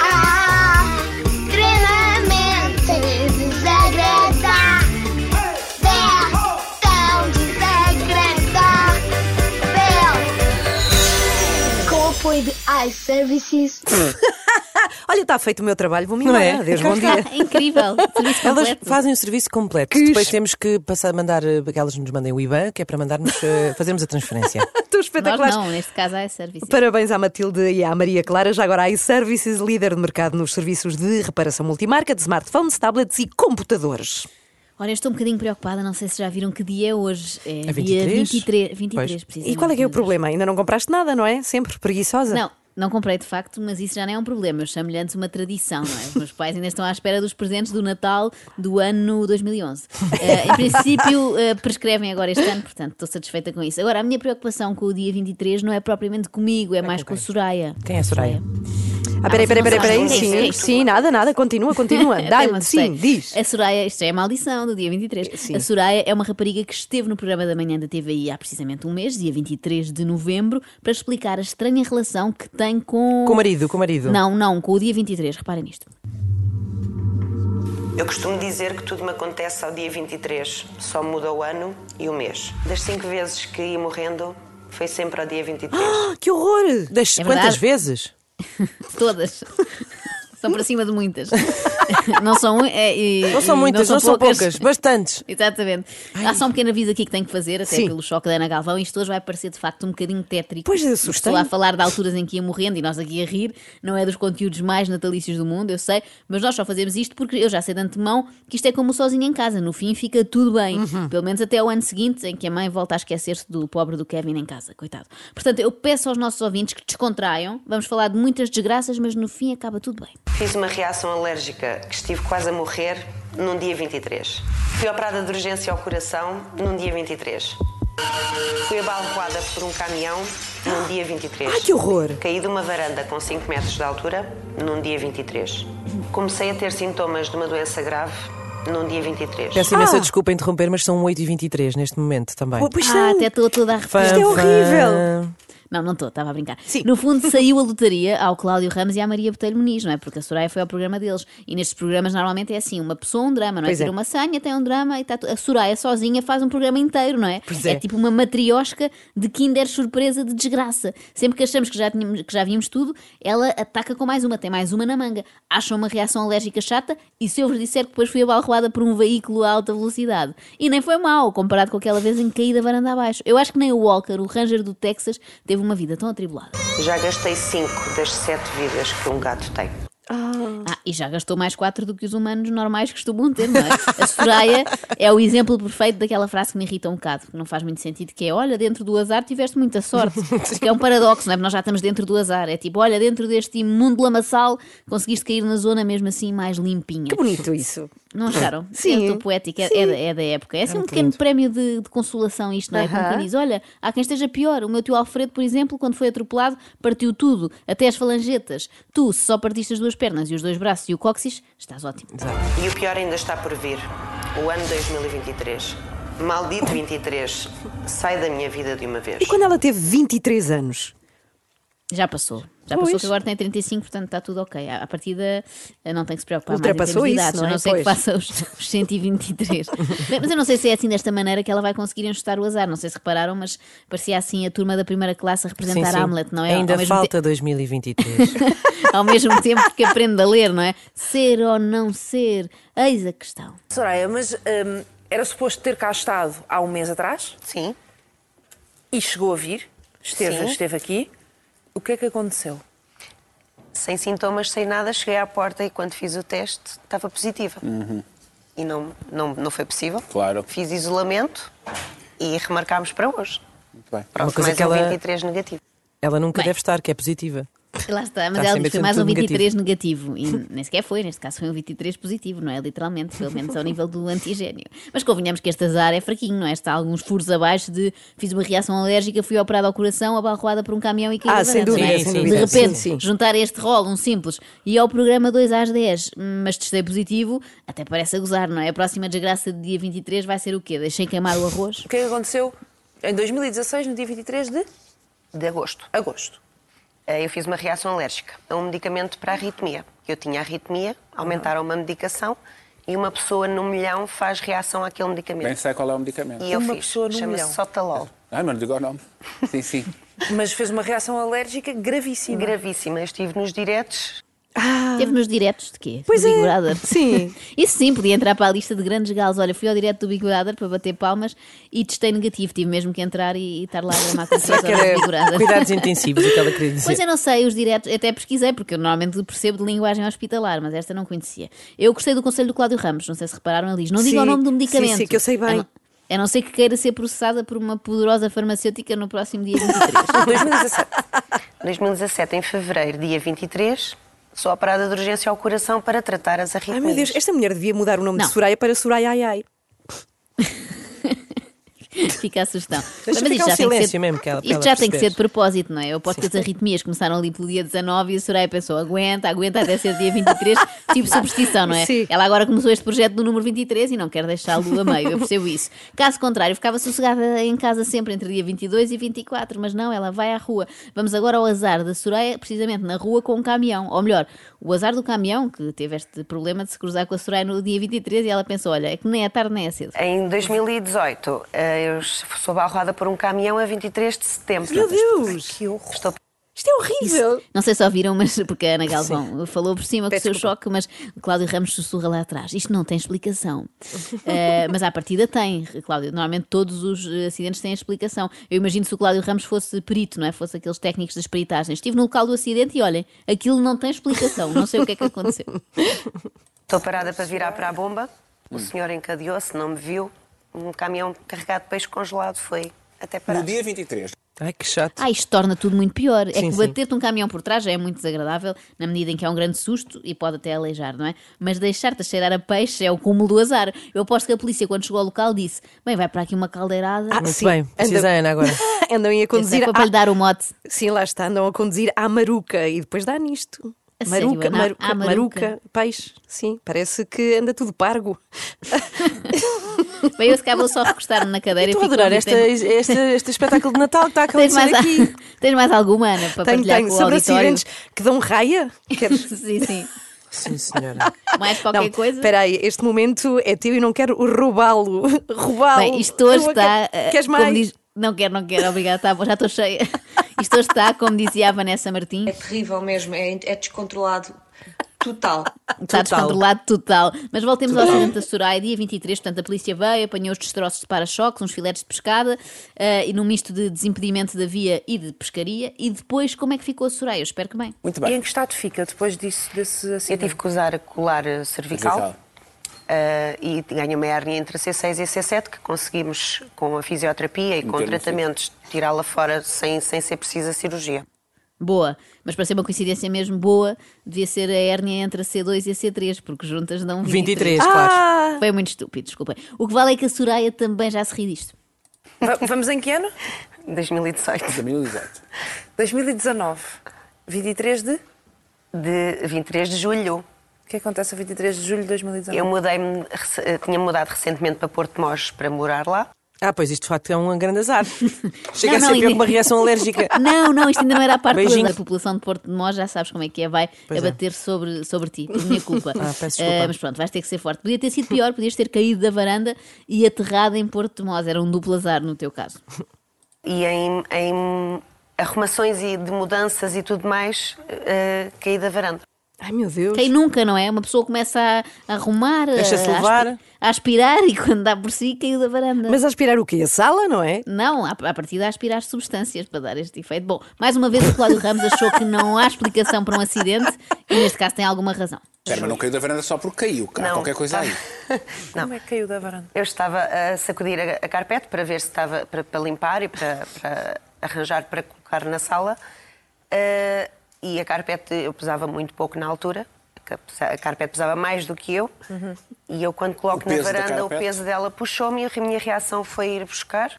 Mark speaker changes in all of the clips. Speaker 1: Ah, extremamente desagradável. Tão desagradável. Com o apoio de iServices.
Speaker 2: Olha, está feito o meu trabalho, vou-me embora.
Speaker 3: é?
Speaker 2: Ah, Deus, bom dia.
Speaker 4: É incrível. Serviço
Speaker 3: Elas
Speaker 4: completo.
Speaker 3: fazem o serviço completo. Depois temos que passar, mandar eh, que elas nos mandem o IBAN, que é para mandarmos, eh, fazermos a transferência.
Speaker 2: Tu
Speaker 4: Nós
Speaker 2: espetaculares.
Speaker 4: não, neste caso há serviço.
Speaker 2: Parabéns à Matilde e à Maria Clara, já agora a iServices, líder de mercado nos serviços de reparação multimarca de smartphones, tablets e computadores.
Speaker 4: Olha, eu estou um bocadinho preocupada, não sei se já viram que dia é hoje. É,
Speaker 3: É
Speaker 4: dia
Speaker 3: 23?
Speaker 4: 23, 23
Speaker 3: Pois.
Speaker 4: precisamente.
Speaker 2: E qual é que é o
Speaker 4: meu Deus.
Speaker 2: problema? Ainda não compraste nada, não é? Sempre preguiçosa?
Speaker 4: Não, não comprei de facto, mas isso já não é um problema. Eu chamo-lhe antes uma tradição, não é? Os meus pais ainda estão à espera dos presentes do Natal do ano 2011. Eh, em princípio, eh, prescrevem agora este ano, portanto, estou satisfeita com isso. Agora, a minha preocupação com o dia 23 não é propriamente comigo, é mais com a Soraya.
Speaker 3: Quem é a Soraya?
Speaker 2: Ah, peraí, peraí, peraí, peraí.
Speaker 4: Sim,
Speaker 2: Sim,
Speaker 4: sim.
Speaker 2: sim, nada, nada. Continua,
Speaker 3: é?
Speaker 2: continua.
Speaker 4: Até me
Speaker 2: Dá-lhe,
Speaker 4: assustei.
Speaker 2: sim, diz.
Speaker 4: A Soraya, isto já é a maldição do dia 23.
Speaker 2: Sim.
Speaker 4: A Soraya é uma rapariga que esteve no programa da manhã da TVI há precisamente um mês, dia 23 de novembro, para explicar a estranha relação que tem com.
Speaker 3: Com o marido, com o marido.
Speaker 4: Não, não, com o dia 23, reparem nisto.
Speaker 5: Eu costumo dizer que tudo me acontece ao dia 23, só muda o ano e o mês. Das cinco vezes que ia morrendo, foi sempre ao dia 23.
Speaker 3: Ah, que horror! Das
Speaker 4: É
Speaker 3: quantas
Speaker 4: verdade.
Speaker 3: vezes?
Speaker 4: Todas. São para cima de muitas. não são. é, e-
Speaker 3: Não
Speaker 4: e
Speaker 3: são muitas, não são poucas, bastantes.
Speaker 4: Exatamente. Há só um pequeno aviso aqui que tenho que fazer, até
Speaker 2: Sim.
Speaker 4: pelo choque da Ana Galvão. Isto hoje vai parecer de facto um bocadinho tétrico.
Speaker 2: Pois,
Speaker 4: Porque
Speaker 2: assustei.
Speaker 4: Estou a falar de alturas em que ia morrendo e nós aqui a rir. Não é dos conteúdos mais natalícios do mundo, eu sei. Mas nós só fazemos isto porque eu já sei de antemão que isto é como sozinho em casa. No fim fica tudo bem.
Speaker 2: Uhum.
Speaker 4: Pelo menos até ao ano seguinte em que a mãe volta a esquecer-se do pobre do Kevin em casa. Coitado. Portanto, eu peço aos nossos ouvintes que descontraiam. Vamos falar de muitas desgraças, mas no fim acaba tudo bem.
Speaker 5: Fiz uma reação alérgica que estive quase a morrer num dia 23. Fui operada de urgência ao coração num dia 23. Fui abalroada por um caminhão num dia 23.
Speaker 2: Ah, que horror!
Speaker 5: Caí de uma varanda com 5 metros de altura num dia 23. Comecei a ter sintomas de uma doença grave num dia 23.
Speaker 3: Peço imensa
Speaker 2: Ah.
Speaker 3: desculpa interromper, mas são 8h23 neste momento também.
Speaker 2: Oh, pois
Speaker 4: Ah,
Speaker 2: são.
Speaker 4: até estou toda a
Speaker 3: Fã,
Speaker 4: arrepiar.
Speaker 2: Isto é horrível.
Speaker 3: fã.
Speaker 4: Não, não estou, estava a brincar.
Speaker 2: Sim.
Speaker 4: No fundo, saiu a lotaria ao Cláudio Ramos e à Maria Botelho Muniz, não é? Porque a Soraya foi ao programa deles. E nestes programas, normalmente é assim: uma pessoa, um drama, não é?
Speaker 2: Pois é.
Speaker 4: Tira uma sanha, tem um drama e está. tu- A Soraya sozinha faz um programa inteiro, não é?
Speaker 3: é.
Speaker 4: tipo uma matriosca de Kinder surpresa de desgraça. Sempre que achamos que já, tínhamos, que já vimos tudo, ela ataca com mais uma, tem mais uma na manga. Acham uma reação alérgica chata e se eu vos disser que depois fui abalroada por um veículo a alta velocidade. E nem foi mal, comparado com aquela vez em que caí da varanda abaixo. Eu acho que nem o Walker, o Ranger do Texas, teve uma vida tão atribulada.
Speaker 5: Já gastei 5 das 7 vidas que um gato tem.
Speaker 4: Ah, e já gastou mais quatro do que os humanos normais costumam ter, não é? A Soraya é o exemplo perfeito daquela frase que me irrita um bocado, que não faz muito sentido, que é olha, dentro do azar tiveste muita sorte. Que é um paradoxo, não é? Porque nós já estamos dentro do azar. É tipo, olha, dentro deste imundo lamaçal conseguiste cair na zona mesmo assim mais limpinha.
Speaker 2: Que bonito isso.
Speaker 4: Não acharam?
Speaker 2: Ah, Sim.
Speaker 4: Eu estou poética, é, é da, é da época. É assim um pequeno prémio de, de consolação, isto, não é? Como
Speaker 2: Aham.
Speaker 4: quem diz: olha, há quem esteja pior. O meu tio Alfredo, por exemplo, quando foi atropelado, partiu tudo, até as falangetas. Tu, se só partiste as duas pernas e os dois braços e o cóccix, estás ótimo.
Speaker 5: E o pior ainda está por vir. O ano 2023. Maldito 23. Sai da minha vida de uma vez.
Speaker 2: E quando ela teve 23 anos?
Speaker 4: Já passou. Já
Speaker 2: Pois.
Speaker 4: passou, que agora tem 35, portanto está tudo ok. À à partida eh, não tem que se preocupar
Speaker 2: Ultrapassou
Speaker 4: mais. em termos
Speaker 2: isso,
Speaker 4: de idades,
Speaker 2: não é?
Speaker 4: A não ser que
Speaker 2: Pois.
Speaker 4: faça os, os 123. Bem, mas eu não sei se é assim desta maneira que ela vai conseguir enxutar o azar. Não sei se repararam, mas parecia assim a turma da primeira classe a representar Hamlet, não é? Ao
Speaker 3: Ainda
Speaker 4: mesmo
Speaker 3: falta 2023.
Speaker 4: ao mesmo tempo que aprende a ler, não é? Ser ou não ser, eis a questão.
Speaker 6: Soraya, mas hum, era suposto ter cá estado há um mês atrás
Speaker 5: Sim.
Speaker 6: e chegou a vir, esteve,
Speaker 5: Sim.
Speaker 6: esteve aqui. O que é que aconteceu?
Speaker 5: Sem sintomas, sem nada, cheguei à porta e quando fiz o teste estava positiva. E não, não, não foi possível.
Speaker 7: Claro.
Speaker 5: Fiz isolamento e remarcámos para hoje.
Speaker 7: Muito bem.
Speaker 5: Pronto,
Speaker 3: coisa
Speaker 5: mais
Speaker 3: que
Speaker 5: um
Speaker 3: ela-
Speaker 5: 23 negativo.
Speaker 3: Ela nunca
Speaker 4: Bem.
Speaker 3: deve estar, que é positiva.
Speaker 4: Lá está, mas
Speaker 3: Está
Speaker 4: ela
Speaker 3: sempre
Speaker 4: diz que foi
Speaker 3: sendo
Speaker 4: mais um
Speaker 3: tudo
Speaker 4: 23 negativo. E nem sequer foi, neste caso foi um 23 positivo, não é? Literalmente, pelo menos ao nível do antigênio. Mas convenhamos que este azar é fraquinho, não é? Está alguns furos abaixo de fiz uma reação alérgica, fui operada ao coração, abarroada por um caminhão e caí
Speaker 2: Ah,
Speaker 4: da
Speaker 2: sem
Speaker 4: varanda, não é?
Speaker 2: dúvida,
Speaker 3: sem
Speaker 4: De
Speaker 3: dúvida.
Speaker 4: repente,
Speaker 2: Sim, sim.
Speaker 4: juntar este rol, um simples, e ao programa 2 às 10, mas testei positivo, até parece a gozar, não é? A próxima desgraça de dia 23 vai ser o quê? Deixei queimar o arroz?
Speaker 6: O que é que aconteceu em 2016, no dia 23 de
Speaker 5: de agosto.
Speaker 6: agosto?
Speaker 5: Eh, Eu fiz uma reação alérgica a um medicamento para arritmia. Eu tinha arritmia, aumentaram uma medicação e uma pessoa num milhão faz reação àquele
Speaker 7: Nem
Speaker 5: medicamento.
Speaker 7: sei qual é o medicamento.
Speaker 5: E eu
Speaker 6: Uma
Speaker 5: fiz.
Speaker 6: pessoa num milhão.
Speaker 5: Chama-se Sotalol.
Speaker 7: Ah, mas não digo o nome. Sim, sim.
Speaker 6: Mas fez uma reação alérgica gravíssima.
Speaker 5: Gravíssima. Eu estive nos diretos.
Speaker 4: Teve nos diretos de quê?
Speaker 2: Pois
Speaker 4: do Big
Speaker 2: é,
Speaker 4: Brother.
Speaker 2: sim.
Speaker 4: Isso sim, podia entrar para a lista de grandes galos. Olha, fui ao direto do Big Brother para bater palmas e testei negativo. Tive mesmo que entrar e, e estar lá a gramar com
Speaker 3: Será
Speaker 4: três
Speaker 3: que
Speaker 4: horas de Big
Speaker 3: era
Speaker 4: Brother.
Speaker 3: cuidados intensivos o que ela queria dizer?
Speaker 4: Pois é. eu não sei, os diretos, até pesquisei, porque eu normalmente percebo de linguagem hospitalar, mas esta não conhecia. Eu gostei do conselho do Cláudio Ramos, não sei se repararam, ele diz: não diga
Speaker 2: Sim,
Speaker 4: o nome do
Speaker 2: sim,
Speaker 4: medicamento.
Speaker 2: sim, que eu sei bem.
Speaker 4: A não, a não ser que queira ser processada por uma poderosa farmacêutica no próximo dia 23.
Speaker 6: 2017.
Speaker 5: 2017, em fevereiro, dia 23, sou operada de urgência ao coração para tratar as arritmias.
Speaker 2: Ai meu Deus, esta mulher devia mudar o nome
Speaker 4: Não.
Speaker 2: de Soraya para Soraya Ai Ai.
Speaker 4: Fica a sugestão.
Speaker 3: Deixa
Speaker 4: isto
Speaker 3: ficar um
Speaker 4: já tem que
Speaker 3: silêncio
Speaker 4: ser-
Speaker 3: mesmo, que ela-
Speaker 4: Isto
Speaker 3: ela
Speaker 4: já tem que
Speaker 3: perceber.
Speaker 4: ser de propósito, não é? Eu aposto que as arritmias começaram ali pelo dia 19 e a Soraya pensou: aguenta, aguenta até ser dia 23, tipo superstição, não é?
Speaker 2: Sim.
Speaker 4: Ela agora começou este projeto do número 23 e não quer deixá-lo a meio, eu percebo isso. Caso contrário, ficava sossegada em casa sempre entre dia 22 e 24, mas não, ela vai à rua. Vamos agora ao azar da Soraya, precisamente na rua com um caminhão. Ou melhor, o azar do caminhão, que teve este problema de se cruzar com a Soraya no dia 23 e ela pensou: olha, é que nem é tarde nem é cedo.
Speaker 5: Em 2018, eh, eu sou barroada por um caminhão a 23 de setembro.
Speaker 2: Meu Deus!
Speaker 5: Que horror. Estou
Speaker 2: Isto é horrível.
Speaker 4: Não sei se ouviram, mas porque a Ana Galvão falou por cima com o
Speaker 2: Peço
Speaker 4: seu choque, mas o Cláudio Ramos sussurra lá atrás. Isto não tem explicação. Eh, mas à partida tem, Cláudio. Normalmente todos os eh, acidentes têm explicação. Eu imagino se o Cláudio Ramos fosse perito, não é? Fosse aqueles técnicos das peritagens. Estive no local do acidente e olhem, aquilo não tem explicação. Não sei o que é que aconteceu.
Speaker 5: Estou parada para virar para a bomba. O
Speaker 7: Hum.
Speaker 5: senhor encadeou-se, não me viu. Um caminhão carregado de peixe congelado foi até
Speaker 7: No
Speaker 5: parar.
Speaker 7: dia 23,
Speaker 3: Ai, que chato.
Speaker 4: Ah, isto torna tudo muito pior. é
Speaker 3: Sim,
Speaker 4: que
Speaker 3: sim.
Speaker 4: bater-te um caminhão por trás já é muito desagradável, na medida em que é um grande susto e pode até aleijar, não é? Mas deixar-te a cheirar a peixe é o cúmulo do azar. Eu aposto que a polícia, quando chegou ao local, disse: Bem, vai para aqui uma caldeirada.
Speaker 2: Ah,
Speaker 3: Muito
Speaker 2: sim.
Speaker 3: bem, precisa
Speaker 2: Andam-
Speaker 3: a Ana agora.
Speaker 2: Andam aí a
Speaker 4: Esse é
Speaker 2: conduzir.
Speaker 4: para para lhe
Speaker 2: À...
Speaker 4: dar o mote.
Speaker 2: Sim, lá está, andam a conduzir à maruca e depois dá nisto.
Speaker 4: A sério,
Speaker 2: Maruca,
Speaker 4: Ana?
Speaker 2: maruca,
Speaker 4: À Maruca?
Speaker 2: maruca, peixe, sim, parece que anda tudo pargo.
Speaker 4: Bem, eu se calhar vou só recostar-me na cadeira
Speaker 3: Estou
Speaker 4: e
Speaker 3: a
Speaker 4: fico
Speaker 3: adorar
Speaker 4: contente.
Speaker 3: este, este, este espetáculo de Natal que está a
Speaker 4: Tens
Speaker 3: acontecer
Speaker 4: mais,
Speaker 3: aqui.
Speaker 4: tens mais alguma, Ana, para
Speaker 2: Tenho,
Speaker 4: partilhar
Speaker 2: tenho,
Speaker 4: com o
Speaker 2: sobre
Speaker 4: auditório?
Speaker 2: acidentes que dão raia. Queres?
Speaker 4: Sim, sim.
Speaker 3: Sim, senhora.
Speaker 4: Mais qualquer
Speaker 2: não,
Speaker 4: coisa?
Speaker 2: Espera aí, este momento é teu e não quero roubá-lo. Roubá-lo.
Speaker 4: Bem, isto hoje
Speaker 2: Eu
Speaker 4: está.
Speaker 2: quero-
Speaker 4: eh,
Speaker 2: Queres
Speaker 4: como
Speaker 2: mais?
Speaker 4: diz- Não quero, não quero, obrigada, tá bom, já estou cheia. Isto hoje está, como dizia a Vanessa Martins,
Speaker 8: terrível mesmo, é, é descontrolado total.
Speaker 4: Está
Speaker 3: Total.
Speaker 4: descontrolado total. Mas voltemos ao acidente da Soraya, dia 23. Portanto, a polícia veio, apanhou os destroços de para-choques, uns filetes de pescada eh, e num misto de desimpedimento da via e de pescaria. E depois, como é que ficou a Soraya? Eu espero que bem.
Speaker 7: muito
Speaker 6: E
Speaker 7: bem.
Speaker 6: em que estado fica depois disso, desse
Speaker 5: Eu
Speaker 6: acidente?
Speaker 5: tive que usar colar eh, cervical.
Speaker 7: Cervical.
Speaker 5: eh, e ganhei uma hérnia entre a C6 e a C7 que conseguimos com a fisioterapia e com
Speaker 7: Meter no
Speaker 5: tratamentos tirá-la fora sem, sem ser precisa cirurgia.
Speaker 4: Boa. Mas para ser uma coincidência mesmo boa, devia ser a hérnia entre a C2 e a C3, porque juntas dão 23.
Speaker 3: 23, claro.
Speaker 4: Foi muito estúpido, desculpem. O que vale é que a Soraya também já se ri disto.
Speaker 6: Va- Vamos em que ano?
Speaker 5: 2018.
Speaker 7: 2018.
Speaker 6: 2019. 23 de. O
Speaker 5: De 23 de julho.
Speaker 6: que acontece a 23 de julho de
Speaker 7: Tá
Speaker 6: 2019?
Speaker 5: Eu mudei-me, rece- eh, tinha mudado recentemente para Porto de Mós para morar lá.
Speaker 3: Ah, pois isto de facto é um grande azar. Chega
Speaker 4: Não, não,
Speaker 3: a ser pior
Speaker 4: ainda-
Speaker 3: que é uma reação alérgica.
Speaker 4: Não, não, isto ainda não era a parte
Speaker 3: Beijinho.
Speaker 4: da população de Porto de Mós, já sabes como é que é, vai
Speaker 3: Pois é.
Speaker 4: abater sobre, sobre ti, por minha culpa.
Speaker 3: Ah, peço desculpa.
Speaker 4: Eh, mas pronto, vais ter que ser forte. Podia ter sido pior, podias ter caído da varanda e aterrado em Porto de Mós, era um duplo azar no teu caso.
Speaker 5: e em, em arrumações e de mudanças e tudo mais, eh, caí da varanda.
Speaker 2: Ai meu Deus.
Speaker 4: Quem nunca, não é? Uma pessoa começa a arrumar, a-
Speaker 3: Deixa-se
Speaker 4: a, aspi-
Speaker 3: levar.
Speaker 4: a aspirar e quando dá por si caiu da varanda.
Speaker 2: Mas a aspirar o quê? A sala, não é?
Speaker 4: Não, à, à partida a aspirar substâncias para dar este efeito. Bom, mais uma vez o Cláudio Ramos achou que não há explicação para um acidente e neste caso tem alguma razão.
Speaker 7: Espera, mas não caiu da varanda só porque caiu. Há
Speaker 5: Não.
Speaker 7: qualquer coisa
Speaker 6: tá.
Speaker 7: aí.
Speaker 6: Como é que caiu da varanda?
Speaker 5: Eu estava a sacudir a, a carpete para ver se estava para, para limpar e para, para arranjar para colocar na sala. Eh, e a carpete eu pesava muito pouco na altura. A ca- A carpete pesava mais do que eu.
Speaker 6: Uhum.
Speaker 5: E eu, quando coloco
Speaker 7: O
Speaker 5: na
Speaker 7: peso da
Speaker 5: varanda, o
Speaker 7: carpete?
Speaker 5: peso dela puxou-me e a minha reação foi ir buscar.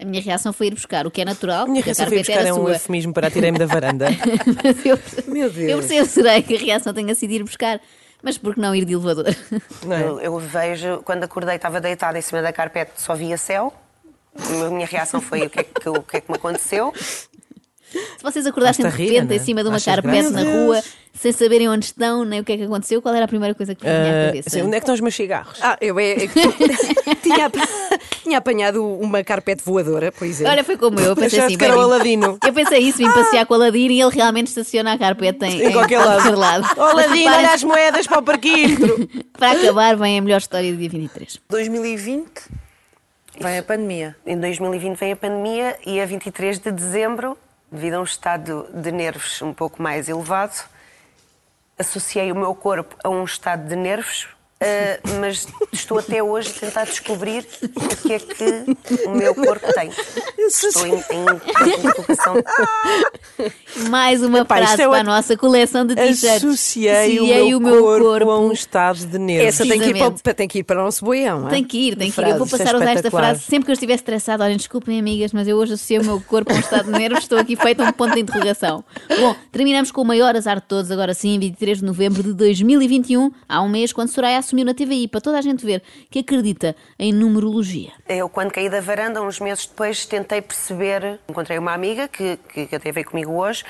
Speaker 4: A minha reação foi ir buscar, o que é natural,
Speaker 3: A minha
Speaker 4: porque a
Speaker 3: reação foi
Speaker 4: carpeta
Speaker 3: buscar um
Speaker 4: era
Speaker 3: é um
Speaker 4: sua.
Speaker 3: eufemismo para atirei-me da varanda.
Speaker 4: Mas eu,
Speaker 2: Meu Deus.
Speaker 4: Eu censurei que a reação tenha sido ir buscar. Mas por que não ir de elevador?
Speaker 3: Não é?
Speaker 5: Eu, eu vejo, quando acordei, estava deitada em cima da carpete, só via céu. A minha reação foi: o que é que, o que é que me aconteceu?
Speaker 4: Se vocês acordassem de
Speaker 3: Basta rir,
Speaker 4: repente
Speaker 3: né?
Speaker 4: em cima de uma
Speaker 3: Achas
Speaker 4: carpete
Speaker 3: graça?
Speaker 4: na
Speaker 3: Meu
Speaker 4: rua, sem saberem onde estão, nem o que é que aconteceu, qual era a primeira coisa que vos vinha à
Speaker 3: Ah,
Speaker 4: cabeça?
Speaker 3: assim, onde é que estão os meus cigarros?
Speaker 2: Ah, eu é. é que- tinha, ap- tinha apanhado uma carpete voadora, por exemplo.
Speaker 4: Olha, foi como eu, eu pensei
Speaker 3: Achaste
Speaker 4: assim,
Speaker 3: que era
Speaker 4: bem,
Speaker 3: o Aladino. Ah!
Speaker 4: Eu pensei isso, vim passear com o Aladino e ele realmente estaciona a carpeta em,
Speaker 3: Em qualquer lado.
Speaker 4: qualquer lado.
Speaker 3: Olá,
Speaker 4: Mas
Speaker 3: Dina,
Speaker 4: reparem,
Speaker 3: olha as moedas para o parquímetro.
Speaker 4: para acabar, vem a melhor história do dia 23.
Speaker 6: 2020 vem a pandemia.
Speaker 5: Em 2020 veio a pandemia e a 23 de dezembro, devido a um estado de nervos um pouco mais elevado, associei o meu corpo a um estado de nervos, eh, mas estou até hoje a tentar descobrir o que é que o meu corpo tem. Estou em, em colocação.
Speaker 4: Mais uma
Speaker 3: Epá,
Speaker 4: frase
Speaker 3: isto é
Speaker 4: para a
Speaker 3: outra-
Speaker 4: nossa coleção de t-shirts. é
Speaker 3: Associei
Speaker 4: Associei
Speaker 3: o meu, corpo, a um estado de nervo.
Speaker 2: Essa tem que, ir para, o- pa- tem que ir para o nosso boião. é?
Speaker 4: Tem que ir, tem que ir. Eu vou passar a
Speaker 3: Frases, isto é
Speaker 4: usar esta
Speaker 3: espetacular.
Speaker 4: frase sempre que eu estiver estressada. Olhem, desculpem, amigas, mas eu hoje associei o meu corpo a um estado de nervos. Estou aqui feita um ponto de interrogação. Bom, terminamos com o maior azar de todos, agora sim, 23 de novembro de 2021, há um mês, quando Soraya assumiu na TVI, para toda a gente ver que acredita em numerologia.
Speaker 5: Eu, quando caí da varanda, uns meses depois, tentei perceber. Encontrei uma amiga que, que, que até veio comigo hoje,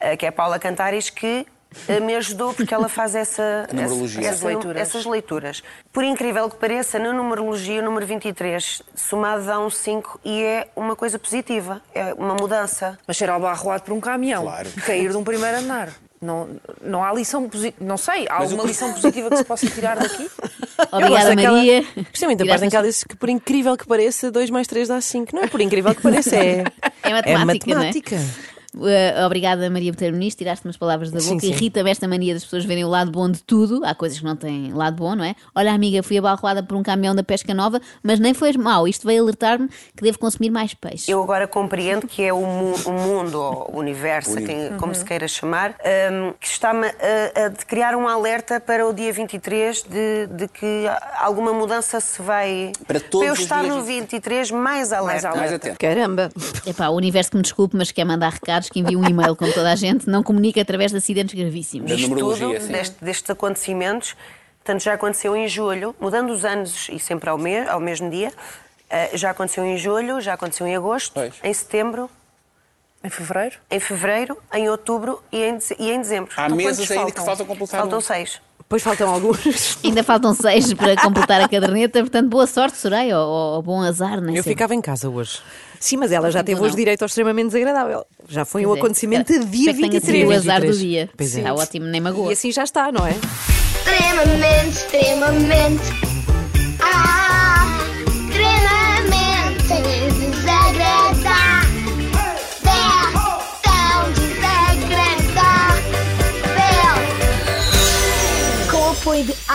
Speaker 5: eh, que é a Paula Cantares, que eh, me ajudou porque ela faz essa,
Speaker 7: numerologia.
Speaker 5: essa- essa-
Speaker 6: Essas leituras.
Speaker 5: essas leituras. Por incrível que pareça, na numerologia, o número 23 somado dá um 5 e é uma coisa positiva, é uma mudança.
Speaker 6: Mas ser albarroado por um caminhão.
Speaker 7: Claro.
Speaker 6: Cair de um primeiro andar. Não, não há lição positiva. Não sei, há
Speaker 7: Mas
Speaker 6: alguma
Speaker 7: o-
Speaker 6: lição positiva que se possa tirar daqui?
Speaker 3: Eu gosto
Speaker 4: Obrigada,
Speaker 3: daquela- então,
Speaker 4: Maria.
Speaker 3: Gostei
Speaker 2: então,
Speaker 3: muito da parte
Speaker 4: Tiraste
Speaker 3: em que ela disse que, por incrível que pareça, 2 mais 3 dá 5. Não é por incrível que pareça, é,
Speaker 4: É matemática, não é?
Speaker 3: matemática.
Speaker 4: Uh, obrigada, Maria Botelho Muniz, tiraste umas palavras da
Speaker 3: Sim,
Speaker 4: boca.
Speaker 3: sim.
Speaker 4: Irrita-me esta mania das pessoas verem o lado bom de tudo. Há coisas que não têm lado bom, não é? Olha, amiga, fui abalroada por um caminhão da pesca nova, mas nem foi mal. Isto veio alertar-me que devo consumir mais peixe.
Speaker 5: Eu agora compreendo que é o, mu- o mundo, ou o universo, quem- como se queira chamar, hum, que está-me a, a de criar um alerta para o dia 23 de, de que a- alguma mudança se vai.
Speaker 7: Para todos
Speaker 5: eu
Speaker 7: os
Speaker 5: estar
Speaker 7: dias.
Speaker 5: no 23 mais alerta.
Speaker 7: Mais atento.
Speaker 2: Caramba.
Speaker 4: Epá, o universo que me desculpe, mas quer mandar recados, que envia um e-mail como toda a gente, não comunica através de acidentes gravíssimos.
Speaker 7: Da
Speaker 5: Disto
Speaker 7: numerologia,
Speaker 5: tudo,
Speaker 7: sim.
Speaker 5: deste- destes acontecimentos. Portanto, já aconteceu em julho, mudando os anos e sempre ao, me- ao mesmo dia. eh, já aconteceu em julho, já aconteceu em agosto,
Speaker 7: Pois.
Speaker 5: em setembro,
Speaker 6: Em fevereiro?
Speaker 5: em fevereiro, em outubro e em, dece- e em dezembro.
Speaker 7: Há
Speaker 6: Então,
Speaker 7: meses
Speaker 6: quantos
Speaker 7: ainda
Speaker 6: faltam?
Speaker 7: que faltam completar
Speaker 5: Faltam
Speaker 7: um.
Speaker 5: seis.
Speaker 2: Depois faltam alguns.
Speaker 4: Ainda faltam seis para completar a caderneta, portanto, boa sorte, Soraya, ou, ou bom azar, não é?
Speaker 3: Eu
Speaker 4: sempre.
Speaker 3: ficava em casa hoje.
Speaker 2: Sim, mas ela já teve hoje direito ao extremamente desagradável. Já foi um
Speaker 4: Pois é.
Speaker 2: acontecimento de dia
Speaker 4: Espero que tenha sido o
Speaker 2: 23.
Speaker 4: azar do
Speaker 3: 23.
Speaker 4: dia.
Speaker 3: Pois é.
Speaker 4: Está ótimo, nem magoa.
Speaker 2: E assim já está, não é?
Speaker 1: Extremamente, extremamente. Ah, extremamente desagradável. Tão desagradável. Com o apoio de